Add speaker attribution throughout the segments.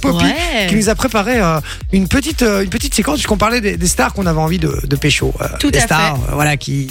Speaker 1: Poppy
Speaker 2: Ouais.
Speaker 1: qui nous a préparé euh, une petite euh, une petite séquence puisqu'on parlait des, des stars qu'on avait envie de, de pécho. euh,
Speaker 2: Tout
Speaker 1: des
Speaker 2: à fait.
Speaker 1: stars, euh, voilà qui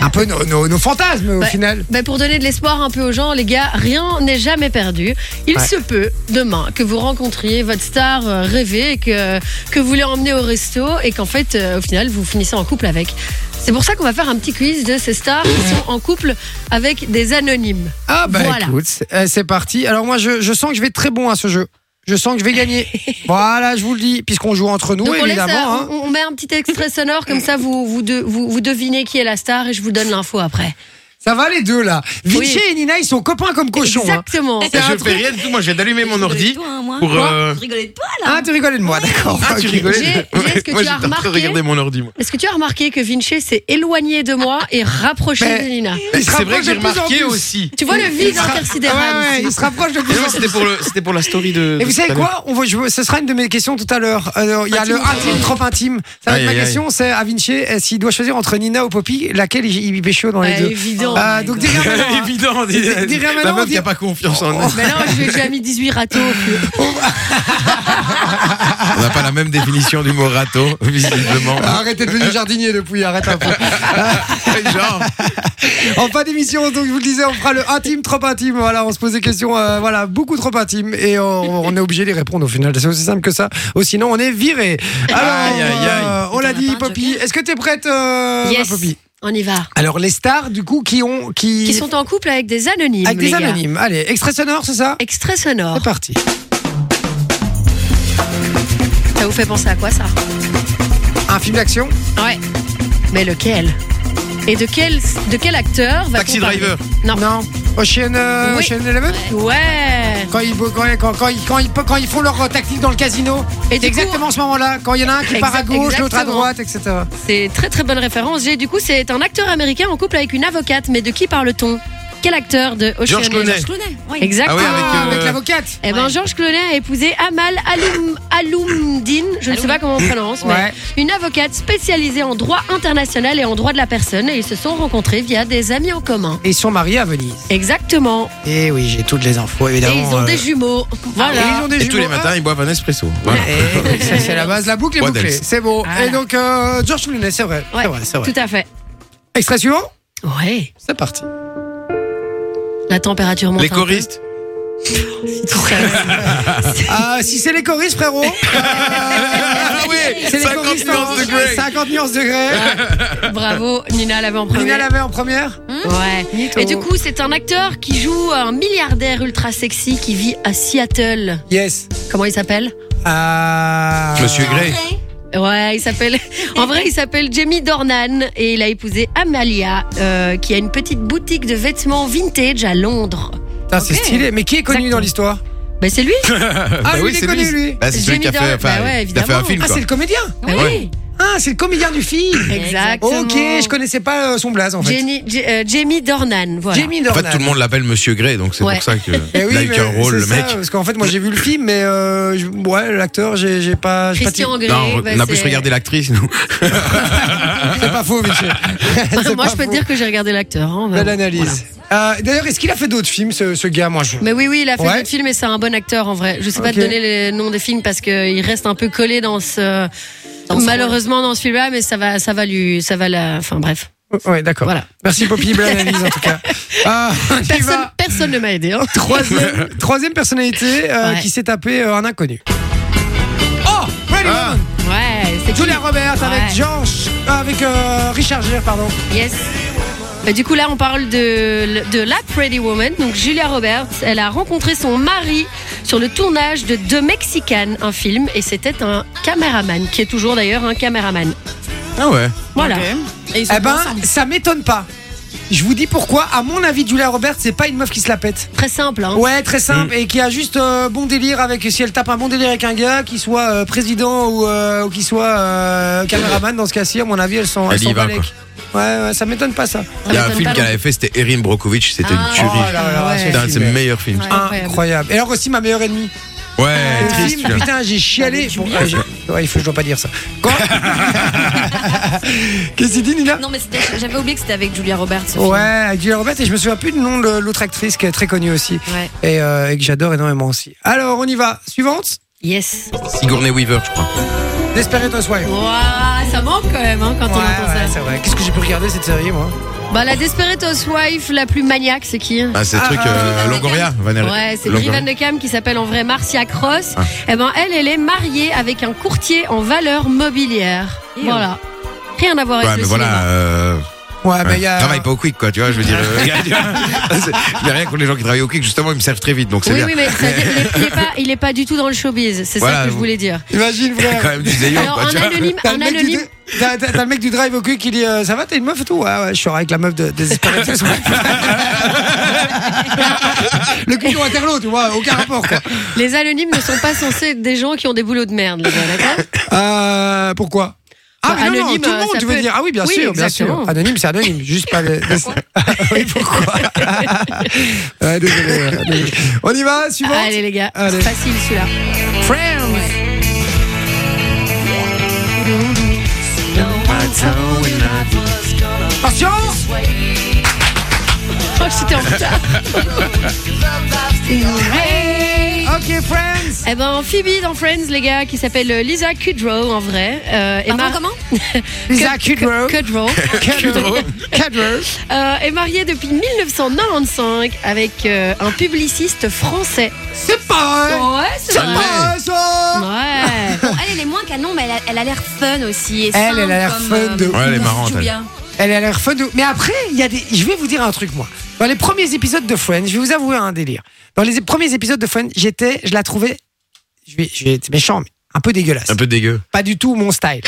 Speaker 1: un peu nos, nos- nos fantasmes au
Speaker 2: Ouais.
Speaker 1: final.
Speaker 2: Ben, pour donner de l'espoir un peu aux gens, les gars, rien n'est jamais perdu. Il
Speaker 1: Ouais.
Speaker 2: se peut demain que vous rencontriez votre star euh, rêvée, et que, que vous l'emmenez au resto et qu'en fait, euh, au final, vous finissez en couple avec. C'est pour ça qu'on va faire un petit quiz de ces stars qui sont en couple avec des anonymes.
Speaker 1: Ah bah
Speaker 2: Voilà.
Speaker 1: écoute, c'est- euh, c'est parti. Alors moi je, je sens que je vais être très bon à ce jeu. Je sens que je vais gagner. voilà, je vous le dis puisqu'on joue entre nous
Speaker 2: Donc on, laisse,
Speaker 1: évidemment.
Speaker 2: euh,
Speaker 1: hein.
Speaker 2: on, on met un petit extrait sonore, comme ça vous, vous, de- vous, vous devinez qui est la star et je vous donne l'info après.
Speaker 1: Ça va les deux là. Vinci et Nina ils sont copains comme cochons. hein.
Speaker 2: Exactement.
Speaker 1: C'est un
Speaker 3: Je
Speaker 1: truc-
Speaker 3: fais rien du tout, moi je viens d'allumer mon
Speaker 4: rigolais de
Speaker 3: ordi
Speaker 4: toi, hein, moi.
Speaker 3: pour. euh,
Speaker 4: Je rigolais de toi, là.
Speaker 1: Ah tu rigolais de moi, d'accord.
Speaker 3: Ah, tu
Speaker 1: ok.
Speaker 3: rigolais
Speaker 2: J'ai-
Speaker 3: de-
Speaker 2: j'ai- est-ce que
Speaker 3: Moi
Speaker 2: tu as
Speaker 3: j'étais en train de
Speaker 2: remarqué
Speaker 3: regarder mon ordi, moi.
Speaker 2: Est-ce que tu as remarqué que Vinci s'est éloigné de moi et rapproché
Speaker 1: Mais-
Speaker 2: de Nina
Speaker 1: Il se
Speaker 3: C'est
Speaker 1: rapproche
Speaker 3: vrai que j'ai
Speaker 1: de plus en
Speaker 3: remarqué
Speaker 1: plus.
Speaker 3: aussi.
Speaker 2: Tu vois le vide intersidéral
Speaker 1: Ouais, ouais,
Speaker 2: ici.
Speaker 1: il se rapproche de
Speaker 3: Mais
Speaker 1: plus
Speaker 3: non,
Speaker 1: en plus.
Speaker 3: c'était pour, le- c'était pour la story de.
Speaker 1: Et vous
Speaker 3: de
Speaker 1: savez
Speaker 3: tout à l'heure.
Speaker 1: quoi On va, je- Ce sera une de mes questions tout à l'heure. Euh, Il y a le intime, trop intime. Ça va être
Speaker 3: Aïe,
Speaker 1: ma
Speaker 3: aïe, aïe.
Speaker 1: question, c'est à Vinci, euh, s'il doit choisir entre Nina ou Poppy, laquelle il, il pécho dans les
Speaker 2: Ouais,
Speaker 1: deux
Speaker 2: évident.
Speaker 1: Euh, Donc dis rien maintenant, hein.
Speaker 3: Évident, dis-
Speaker 1: Dis- dis rien
Speaker 3: la
Speaker 1: maintenant,
Speaker 3: meuf qui
Speaker 1: dis-
Speaker 3: a pas confiance en nous.
Speaker 2: Mais non, je lui ai déjà mis 18 râteaux.
Speaker 3: On n'a pas la même définition du mot râteau, visiblement.
Speaker 1: Arrêtez de devenir jardinier depuis, arrête un peu.
Speaker 3: Ah, Genre,
Speaker 1: En fin d'émission, donc je vous le disais, on fera le intime, trop intime. Voilà, on se pose des questions, euh, voilà, beaucoup trop intimes. Et on, on est obligé de les répondre au final. C'est aussi simple que ça. Ou sinon, on est viré. Alors,
Speaker 3: Aïe, aïe, aïe.
Speaker 1: euh, on l'a
Speaker 4: T'en as
Speaker 1: dit,
Speaker 4: pas un
Speaker 1: Poppy.
Speaker 4: joker
Speaker 1: Est-ce que t'es prête, euh, ma
Speaker 2: Yes.
Speaker 1: Poppy
Speaker 2: On y va.
Speaker 1: Alors, les stars, du coup, qui ont. Qui,
Speaker 2: Qui sont en couple avec des anonymes.
Speaker 1: Avec des
Speaker 2: les gars.
Speaker 1: anonymes. Allez, extrait sonore, c'est ça
Speaker 2: Extrait sonore.
Speaker 1: C'est parti.
Speaker 2: Ça vous fait penser à quoi ça
Speaker 1: Un film d'action
Speaker 2: Ouais. Mais lequel Et de quel, de quel acteur va
Speaker 3: Taxi Driver.
Speaker 2: Non.
Speaker 1: Non. Ocean, euh,
Speaker 2: Oui.
Speaker 1: Ocean Eleven
Speaker 2: Ouais.
Speaker 1: quand ils, quand, quand, quand, ils- quand ils, quand ils font leur euh, tactique dans le casino, c'est
Speaker 2: Et du coup-
Speaker 1: exactement ce moment-là, quand il y en a un qui part à
Speaker 2: Exact-
Speaker 1: gauche, l'autre à
Speaker 2: exactement.
Speaker 1: droite, etc.
Speaker 2: C'est très très bonne référence. J'ai du coup c'est un acteur américain en couple avec une avocate. Mais de qui parle-t-on Quel acteur de Ocean
Speaker 3: George Clooney.
Speaker 4: Je connais. ouais.
Speaker 2: Exactement.
Speaker 3: Ah ouais, avec,
Speaker 1: Ah,
Speaker 3: euh,
Speaker 1: avec l'avocate.
Speaker 2: Eh ben,
Speaker 4: Ouais.
Speaker 2: Georges Clooney a épousé Amal Aloum, Aloumdine, je ne sais pas comment on prononce, mais
Speaker 1: Ouais.
Speaker 2: une avocate spécialisée en droit international et en droit de la personne. Et ils se sont rencontrés via des amis en commun.
Speaker 1: Et ils sont mariés à Venise.
Speaker 2: Exactement.
Speaker 1: Et oui, j'ai toutes les infos,
Speaker 2: Et
Speaker 1: évidemment.
Speaker 2: ils ont
Speaker 1: euh,
Speaker 2: des jumeaux. Voilà.
Speaker 1: et ils ont des
Speaker 3: et tous les
Speaker 1: jumeaux. hein.
Speaker 3: matins, ils boivent un espresso. Voilà.
Speaker 1: Et ça, c'est la base, la boucle est
Speaker 3: What
Speaker 1: bouclée.
Speaker 3: else
Speaker 1: C'est beau.
Speaker 2: Voilà.
Speaker 1: Et donc, euh, George Clooney, c'est vrai.
Speaker 2: Ah. Ouais,
Speaker 1: C'est vrai, c'est vrai.
Speaker 2: Tout à fait.
Speaker 1: Extrait suivant
Speaker 2: Ouais.
Speaker 1: C'est parti.
Speaker 2: La température monte. hein.
Speaker 3: Les
Speaker 2: un peu.
Speaker 3: choristes
Speaker 1: Ah, si c'est les choristes, frérot.
Speaker 3: Ah oui
Speaker 1: C'est les
Speaker 3: 50
Speaker 1: choristes.
Speaker 3: nuances
Speaker 1: en-
Speaker 3: de Grey.
Speaker 1: 50 nuances degrés.
Speaker 2: Bravo, Nina l'avait en premier.
Speaker 1: Nina l'avait en première.
Speaker 2: Ouais.
Speaker 1: Nito.
Speaker 2: Et du coup, c'est un acteur qui joue un milliardaire ultra sexy qui vit à Seattle.
Speaker 1: Yes.
Speaker 2: Comment il s'appelle
Speaker 1: Ah.
Speaker 3: Monsieur Grey.
Speaker 2: Ouais, il s'appelle. En vrai, il s'appelle Jamie Dornan et il a épousé Amalia, euh, qui a une petite boutique de vêtements vintage à Londres.
Speaker 1: Putain, c'est stylé. Mais qui est connu
Speaker 2: Exactement.
Speaker 1: dans l'histoire
Speaker 2: Ben c'est lui.
Speaker 1: Ah, lui, il est connu, lui.
Speaker 3: Bah, c'est celui
Speaker 2: Jamie
Speaker 3: qui a fait,
Speaker 2: Dornan,
Speaker 3: enfin,
Speaker 2: bah ouais,
Speaker 3: il a fait un
Speaker 2: évidemment.
Speaker 3: film,
Speaker 1: Ah,
Speaker 3: quoi.
Speaker 1: c'est le comédien
Speaker 2: Ben
Speaker 3: Ouais.
Speaker 1: Ah, c'est le comédien du film.
Speaker 2: Exactement.
Speaker 1: Ok, je connaissais pas euh, son blaze en fait.
Speaker 2: Jenny- J- euh, Jamie Dornan, voilà.
Speaker 1: Jamie
Speaker 3: En
Speaker 1: Dornan.
Speaker 3: fait, tout le monde l'appelle Monsieur Grey, donc c'est
Speaker 2: Ouais.
Speaker 3: pour ça que.
Speaker 1: Eh oui,
Speaker 3: il a
Speaker 1: mais
Speaker 3: eu un rôle, le
Speaker 1: c'est ça,
Speaker 3: mec.
Speaker 1: Parce qu'en fait, moi j'ai vu le film, mais euh, je- ouais, l'acteur, j'ai j'ai pas. j'ai pas
Speaker 2: Christian Grey.
Speaker 3: Non,
Speaker 2: bah,
Speaker 3: on a
Speaker 2: c'est-
Speaker 3: plus regardé l'actrice, nous.
Speaker 1: C'est pas faux, Michel. C'est
Speaker 2: Moi,
Speaker 1: pas
Speaker 2: je peux te
Speaker 1: faux.
Speaker 2: dire que j'ai regardé l'acteur. hein,
Speaker 1: Belle
Speaker 2: vraiment.
Speaker 1: analyse. Euh, D'ailleurs, est-ce qu'il a fait d'autres films, ce, ce gars Moi, je.
Speaker 2: Mais oui, oui, il a fait
Speaker 1: Ouais.
Speaker 2: d'autres films et c'est un bon acteur en vrai. Je sais pas
Speaker 1: Ok.
Speaker 2: te donner les noms des films parce qu'il reste un peu collé dans ce. Malheureusement dans ce film-là, mais ça va, ça va lui, ça va la. Enfin bref.
Speaker 1: Ouais, d'accord.
Speaker 2: Voilà.
Speaker 1: Merci, Poppy. Belle analyse, en tout cas. Ah, on y
Speaker 2: Personne,
Speaker 1: va.
Speaker 2: personne ne m'a aidé. hein.
Speaker 1: Troisième, troisième personnalité euh,
Speaker 2: Ouais.
Speaker 1: qui s'est tapé euh, un inconnu. Oh Pretty
Speaker 3: Ah.
Speaker 1: Woman
Speaker 2: Ouais, c'est qui
Speaker 1: Julia Roberts
Speaker 2: Ouais.
Speaker 1: avec George. euh, avec euh, Richard Gere, pardon.
Speaker 2: Yes. Bah, du coup, là, on parle de, de la Pretty Woman, donc Julia Roberts. Elle a rencontré son mari sur le tournage de Deux Mexicanes, un film, et c'était un caméraman, qui est toujours d'ailleurs un caméraman.
Speaker 3: Ah ouais.
Speaker 2: Voilà.
Speaker 4: Ok. Et ils sont
Speaker 1: Eh ben,
Speaker 4: ensemble.
Speaker 1: ça m'étonne pas. Je vous dis pourquoi. À mon avis, Julia Roberts, c'est pas une meuf qui se la pète.
Speaker 2: Très simple,
Speaker 3: Oh.
Speaker 2: hein.
Speaker 1: Ouais, très simple
Speaker 3: Mm.
Speaker 1: et qui a juste euh, bon délire avec. Si elle tape un bon délire avec un gars, qu'il soit euh, président ou, euh, ou qu'il soit euh, caméraman dans ce cas-ci, à mon avis, elles sont.
Speaker 3: Elle
Speaker 1: elles
Speaker 3: y
Speaker 1: sont
Speaker 3: va,
Speaker 1: balèques. Ouais, ouais, ça m'étonne pas ça.
Speaker 2: Ça
Speaker 3: Il y a un
Speaker 2: m'étonne
Speaker 3: film
Speaker 2: pas
Speaker 3: qu'elle
Speaker 2: non
Speaker 3: avait fait, c'était Erin Brockovich, c'était
Speaker 2: Ah.
Speaker 3: une
Speaker 2: Oh
Speaker 3: tuerie.
Speaker 2: Ah ouais.
Speaker 1: ce
Speaker 3: C'était un de ses
Speaker 1: film est
Speaker 3: meilleurs films.
Speaker 2: Ouais.
Speaker 1: Incroyable. Et alors aussi ma meilleure ennemie.
Speaker 3: Ouais,
Speaker 1: Le
Speaker 3: triste.
Speaker 1: film,
Speaker 3: celui-là.
Speaker 1: putain, j'ai chialé.
Speaker 4: Avec
Speaker 1: Bon,
Speaker 4: Julia.
Speaker 1: ah, j'ai- ouais, il faut, je dois pas dire ça. Quoi Qu'est-ce que tu dis, Nina
Speaker 4: Non, mais c'était- j'avais oublié que c'était avec Julia Roberts. ce
Speaker 1: Ouais,
Speaker 4: film.
Speaker 1: avec Julia Roberts et je me souviens plus du nom de l'autre actrice qui est très connue aussi
Speaker 4: Ouais.
Speaker 1: et, euh, et que j'adore énormément aussi. Alors on y va. Suivante.
Speaker 2: Yes.
Speaker 3: Sigourney Weaver, je crois.
Speaker 1: Desperate Housewives.
Speaker 2: Ouah, ça manque quand même hein, quand on
Speaker 1: Ouais,
Speaker 2: entend
Speaker 1: ouais,
Speaker 2: ça.
Speaker 1: c'est vrai. Qu'est-ce que j'ai pu regarder cette série, moi
Speaker 2: Bah, la Desperate Housewife, la plus maniaque, c'est qui hein
Speaker 3: Ah, c'est le
Speaker 1: Ah,
Speaker 3: truc
Speaker 1: ah,
Speaker 3: euh,
Speaker 4: Van
Speaker 3: Longoria, Vanessa.
Speaker 2: Ouais, c'est
Speaker 3: Longoria.
Speaker 2: Grivan de Cam qui s'appelle en vrai Marcia Cross.
Speaker 3: Ah.
Speaker 2: Eh ben, elle, elle est mariée avec un courtier en valeurs mobilières.
Speaker 4: Ew.
Speaker 2: Voilà. Rien à voir
Speaker 3: Ouais,
Speaker 2: avec
Speaker 3: mais
Speaker 2: le
Speaker 3: voilà.
Speaker 2: cinéma.
Speaker 3: euh,
Speaker 1: Ouais, bah,
Speaker 3: ouais.
Speaker 1: il y a.
Speaker 3: Travaille pas au quick, quoi, tu vois, je veux dire. euh, gars, tu vois, c'est- Il n'y a rien contre les gens qui travaillent au quick, justement, ils me servent très vite, donc c'est
Speaker 2: Oui,
Speaker 3: bien.
Speaker 2: oui, mais ça- il, est, il est pas, il est pas du tout dans le showbiz. C'est ça
Speaker 3: Voilà,
Speaker 2: que je
Speaker 3: vous- bah,
Speaker 2: voulais dire.
Speaker 1: Imagine,
Speaker 3: Il y a quand
Speaker 1: frère.
Speaker 3: même du zéyon,
Speaker 2: Alors,
Speaker 3: quoi,
Speaker 2: en
Speaker 3: tu vois.
Speaker 2: anonyme,
Speaker 1: T'as
Speaker 2: en
Speaker 1: le, mec du
Speaker 2: anonyme.
Speaker 1: dri- t'as- t'as- t'as le mec du drive au cul qui dit euh, Ça va, t'es une meuf et tout Ouais, ouais, je suis avec la meuf de Desperate Housewives. le cul sur Waterloo, tu vois, aucun rapport, quoi.
Speaker 2: Les anonymes ne sont pas censés être des gens qui ont des boulots de merde, les gars, d'accord
Speaker 1: Euh, pourquoi ah,
Speaker 2: Bah,
Speaker 1: mais non, non,
Speaker 2: anonyme,
Speaker 1: tout le monde,
Speaker 2: ça
Speaker 1: tu veux
Speaker 2: peut
Speaker 1: dire.
Speaker 2: être-
Speaker 1: Ah oui, bien
Speaker 2: Oui,
Speaker 1: sûr, bien
Speaker 2: exactement.
Speaker 1: sûr. Anonyme, c'est anonyme, juste pas. les- oui, pourquoi Ouais, désolé, ouais, désolé. On y va, suivant.
Speaker 2: Allez, les gars,
Speaker 1: Allez.
Speaker 2: c'est facile celui-là.
Speaker 1: Friends. Attention
Speaker 2: Oh, j'étais en retard.
Speaker 1: Ok, Friends.
Speaker 2: Eh ben, Phoebe dans Friends, les gars, qui s'appelle euh, Lisa Kudrow en vrai. Euh,
Speaker 1: Bah.
Speaker 4: Pardon, comment
Speaker 1: Lisa Kudrow.
Speaker 2: Kudrow.
Speaker 1: Cadre. Cadre.
Speaker 2: Euh, est mariée depuis 1995 avec euh, un publiciste français.
Speaker 1: C'est pas vrai.
Speaker 2: c'est
Speaker 1: C'est pas vrai, ça.
Speaker 2: Ouais.
Speaker 4: Bon, elle, elle est moins canon, mais elle a- elle a l'air fun aussi. et
Speaker 1: Elle,
Speaker 4: simple
Speaker 1: elle a l'air
Speaker 4: comme,
Speaker 1: fun
Speaker 4: euh,
Speaker 1: de
Speaker 3: Ouais, elle est
Speaker 4: Julia.
Speaker 3: marrante, elle.
Speaker 1: Elle a l'air fun de... Mais après, il y a des... Je vais vous dire un truc, moi. Dans les premiers épisodes de Friends, je vais vous avouer un délire. Dans les premiers épisodes de Friends, j'étais... Je la trouvais... Je vais, je vais être méchant, mais un peu dégueulasse.
Speaker 3: Un peu dégueu.
Speaker 1: Pas du tout mon style.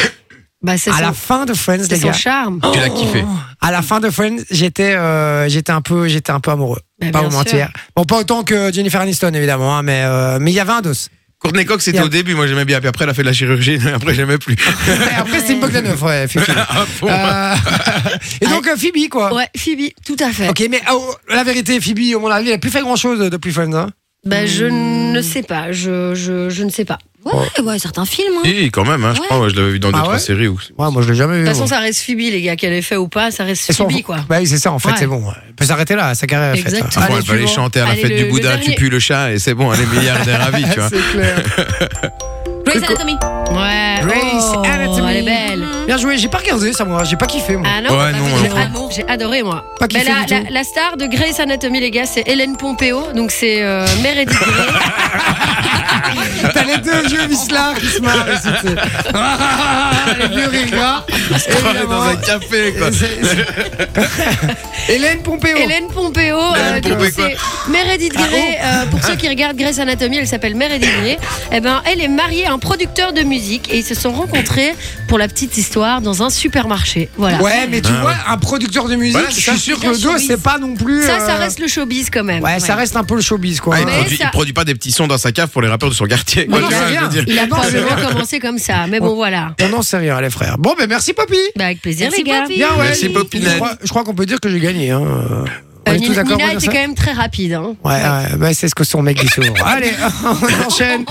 Speaker 2: Bah, c'est
Speaker 1: À la
Speaker 2: son,
Speaker 1: fin de Friends,
Speaker 2: c'est
Speaker 1: les
Speaker 2: son
Speaker 1: gars... Oh.
Speaker 2: charme.
Speaker 3: Tu l'as kiffé.
Speaker 1: À la fin de Friends, j'étais, euh, j'étais un peu, j'étais un peu amoureux.
Speaker 2: Bah,
Speaker 1: pas
Speaker 2: bien
Speaker 1: vous
Speaker 2: sûr.
Speaker 1: mentir. Bon, pas autant que Jennifer Aniston évidemment, hein, mais euh, mais il y avait un dos.
Speaker 3: Courtney Cox, c'était
Speaker 1: Yeah.
Speaker 3: au début, moi j'aimais bien, puis après elle a fait de la chirurgie, après j'aimais plus.
Speaker 1: Et après, c'est une boucle de neuf, ouais, effectivement.
Speaker 3: Ah, bon.
Speaker 1: Euh, Et donc euh, Phoebe quoi.
Speaker 2: Ouais, Phoebe, tout à fait.
Speaker 1: Ok, mais oh, la vérité, Phoebe, à mon avis, elle a plus fait grand chose depuis Friends. Hein.
Speaker 2: Bah, je ne sais pas. Je, je, je ne sais pas.
Speaker 4: Ouais, ouais, ouais, certains films. hein.
Speaker 3: Si, quand même, hein, je
Speaker 4: Ouais.
Speaker 3: crois, ouais, je l'avais vu dans
Speaker 1: Ah
Speaker 3: deux, trois
Speaker 1: ouais
Speaker 3: séries. Où...
Speaker 1: Ouais, moi je l'ai jamais vu.
Speaker 2: De toute
Speaker 1: moi.
Speaker 2: façon, ça reste Phoebe, les gars, qu'elle ait fait ou pas, ça reste
Speaker 1: Elles sont-
Speaker 2: Phoebe, quoi.
Speaker 1: Bah oui, c'est ça, en fait,
Speaker 2: Ouais.
Speaker 1: c'est bon. Elle peut s'arrêter là, sa carrière est faite.
Speaker 2: Exactement.
Speaker 3: Après,
Speaker 2: Allez,
Speaker 3: elle va aller
Speaker 2: suivant.
Speaker 3: chanter à la
Speaker 2: Allez,
Speaker 3: fête
Speaker 2: le-
Speaker 3: du
Speaker 2: le
Speaker 3: Bouddha, tu
Speaker 2: dernier.
Speaker 3: pues le chat, et c'est bon, elle est milliardaire à vie, tu vois.
Speaker 1: C'est clair.
Speaker 4: Grey's Anatomy.
Speaker 2: Ouais.
Speaker 1: Grey's
Speaker 2: oh,
Speaker 1: Anatomy.
Speaker 2: Elle est belle.
Speaker 1: Bien joué, j'ai pas regardé ça, moi. J'ai pas kiffé, moi.
Speaker 2: Ah non,
Speaker 3: Ouais, non,
Speaker 2: j'ai,
Speaker 4: non.
Speaker 2: ad- j'ai adoré moi. Bah,
Speaker 1: Pas kiffé
Speaker 2: la,
Speaker 1: du
Speaker 2: la-
Speaker 1: tout.
Speaker 2: la star de Grey's Anatomy, les gars, c'est Hélène Pompeo, donc c'est euh, Meredith Grey. Ah.
Speaker 1: T'as les deux vieux vislards qui se marrent ici, tu sais. Ah, ah, ah, Les vieux rires gras.
Speaker 3: Ouais, dans
Speaker 1: évidemment.
Speaker 3: un café, quoi.
Speaker 1: Et c'est- c'est- Hélène Pompéo.
Speaker 2: Hélène Pompeo, euh,
Speaker 3: Hélène
Speaker 2: donc
Speaker 3: Pompeo,
Speaker 2: c'est Meredith
Speaker 1: Ah
Speaker 2: Grey. euh, pour ceux qui regardent Grey's Anatomy, elle s'appelle Meredith Grey. Eh ben, elle est mariée à un producteur de musique et ils se sont rencontrés pour la petite histoire dans un supermarché. Voilà.
Speaker 1: Ouais, mais tu
Speaker 3: Ah,
Speaker 1: vois,
Speaker 3: ouais.
Speaker 1: un producteur de musique,
Speaker 3: Voilà,
Speaker 1: je
Speaker 3: c'est ça.
Speaker 1: suis sûr que le
Speaker 4: Bien
Speaker 1: dos,
Speaker 4: showbiz.
Speaker 1: c'est pas non plus.
Speaker 2: Ça, ça
Speaker 1: euh,
Speaker 2: reste le showbiz quand même.
Speaker 1: Ouais, ça reste un peu le showbiz, quoi.
Speaker 3: Ah, il,
Speaker 2: Mais
Speaker 3: produit,
Speaker 2: ça-
Speaker 3: il produit pas des petits sons dans sa cave pour les rappeurs de son quartier.
Speaker 1: Mais
Speaker 3: quoi, tu
Speaker 1: non,
Speaker 3: vois,
Speaker 1: c'est
Speaker 3: je veux
Speaker 1: bien.
Speaker 3: dire.
Speaker 2: Il a
Speaker 1: Non, c'est
Speaker 2: probablement commencé comme ça, mais bon
Speaker 1: Oh.
Speaker 2: voilà.
Speaker 1: On en sait rien, les frères. Bon, ben merci, Papy.
Speaker 2: Bah, avec plaisir
Speaker 4: Merci,
Speaker 2: les gars.
Speaker 4: Papy.
Speaker 1: Bien, ouais.
Speaker 3: Merci,
Speaker 1: je-
Speaker 3: Popinette.
Speaker 1: Je crois, je crois qu'on peut dire que j'ai gagné. Hein. Euh, On
Speaker 2: Euh,
Speaker 1: est tous
Speaker 2: Nina
Speaker 1: d'accord pour
Speaker 2: Nina
Speaker 1: dire
Speaker 2: était
Speaker 1: ça
Speaker 2: quand même très rapide. Hein.
Speaker 1: Ouais, ouais, bah, c'est ce que son mec dit souvent. Allez, on enchaîne.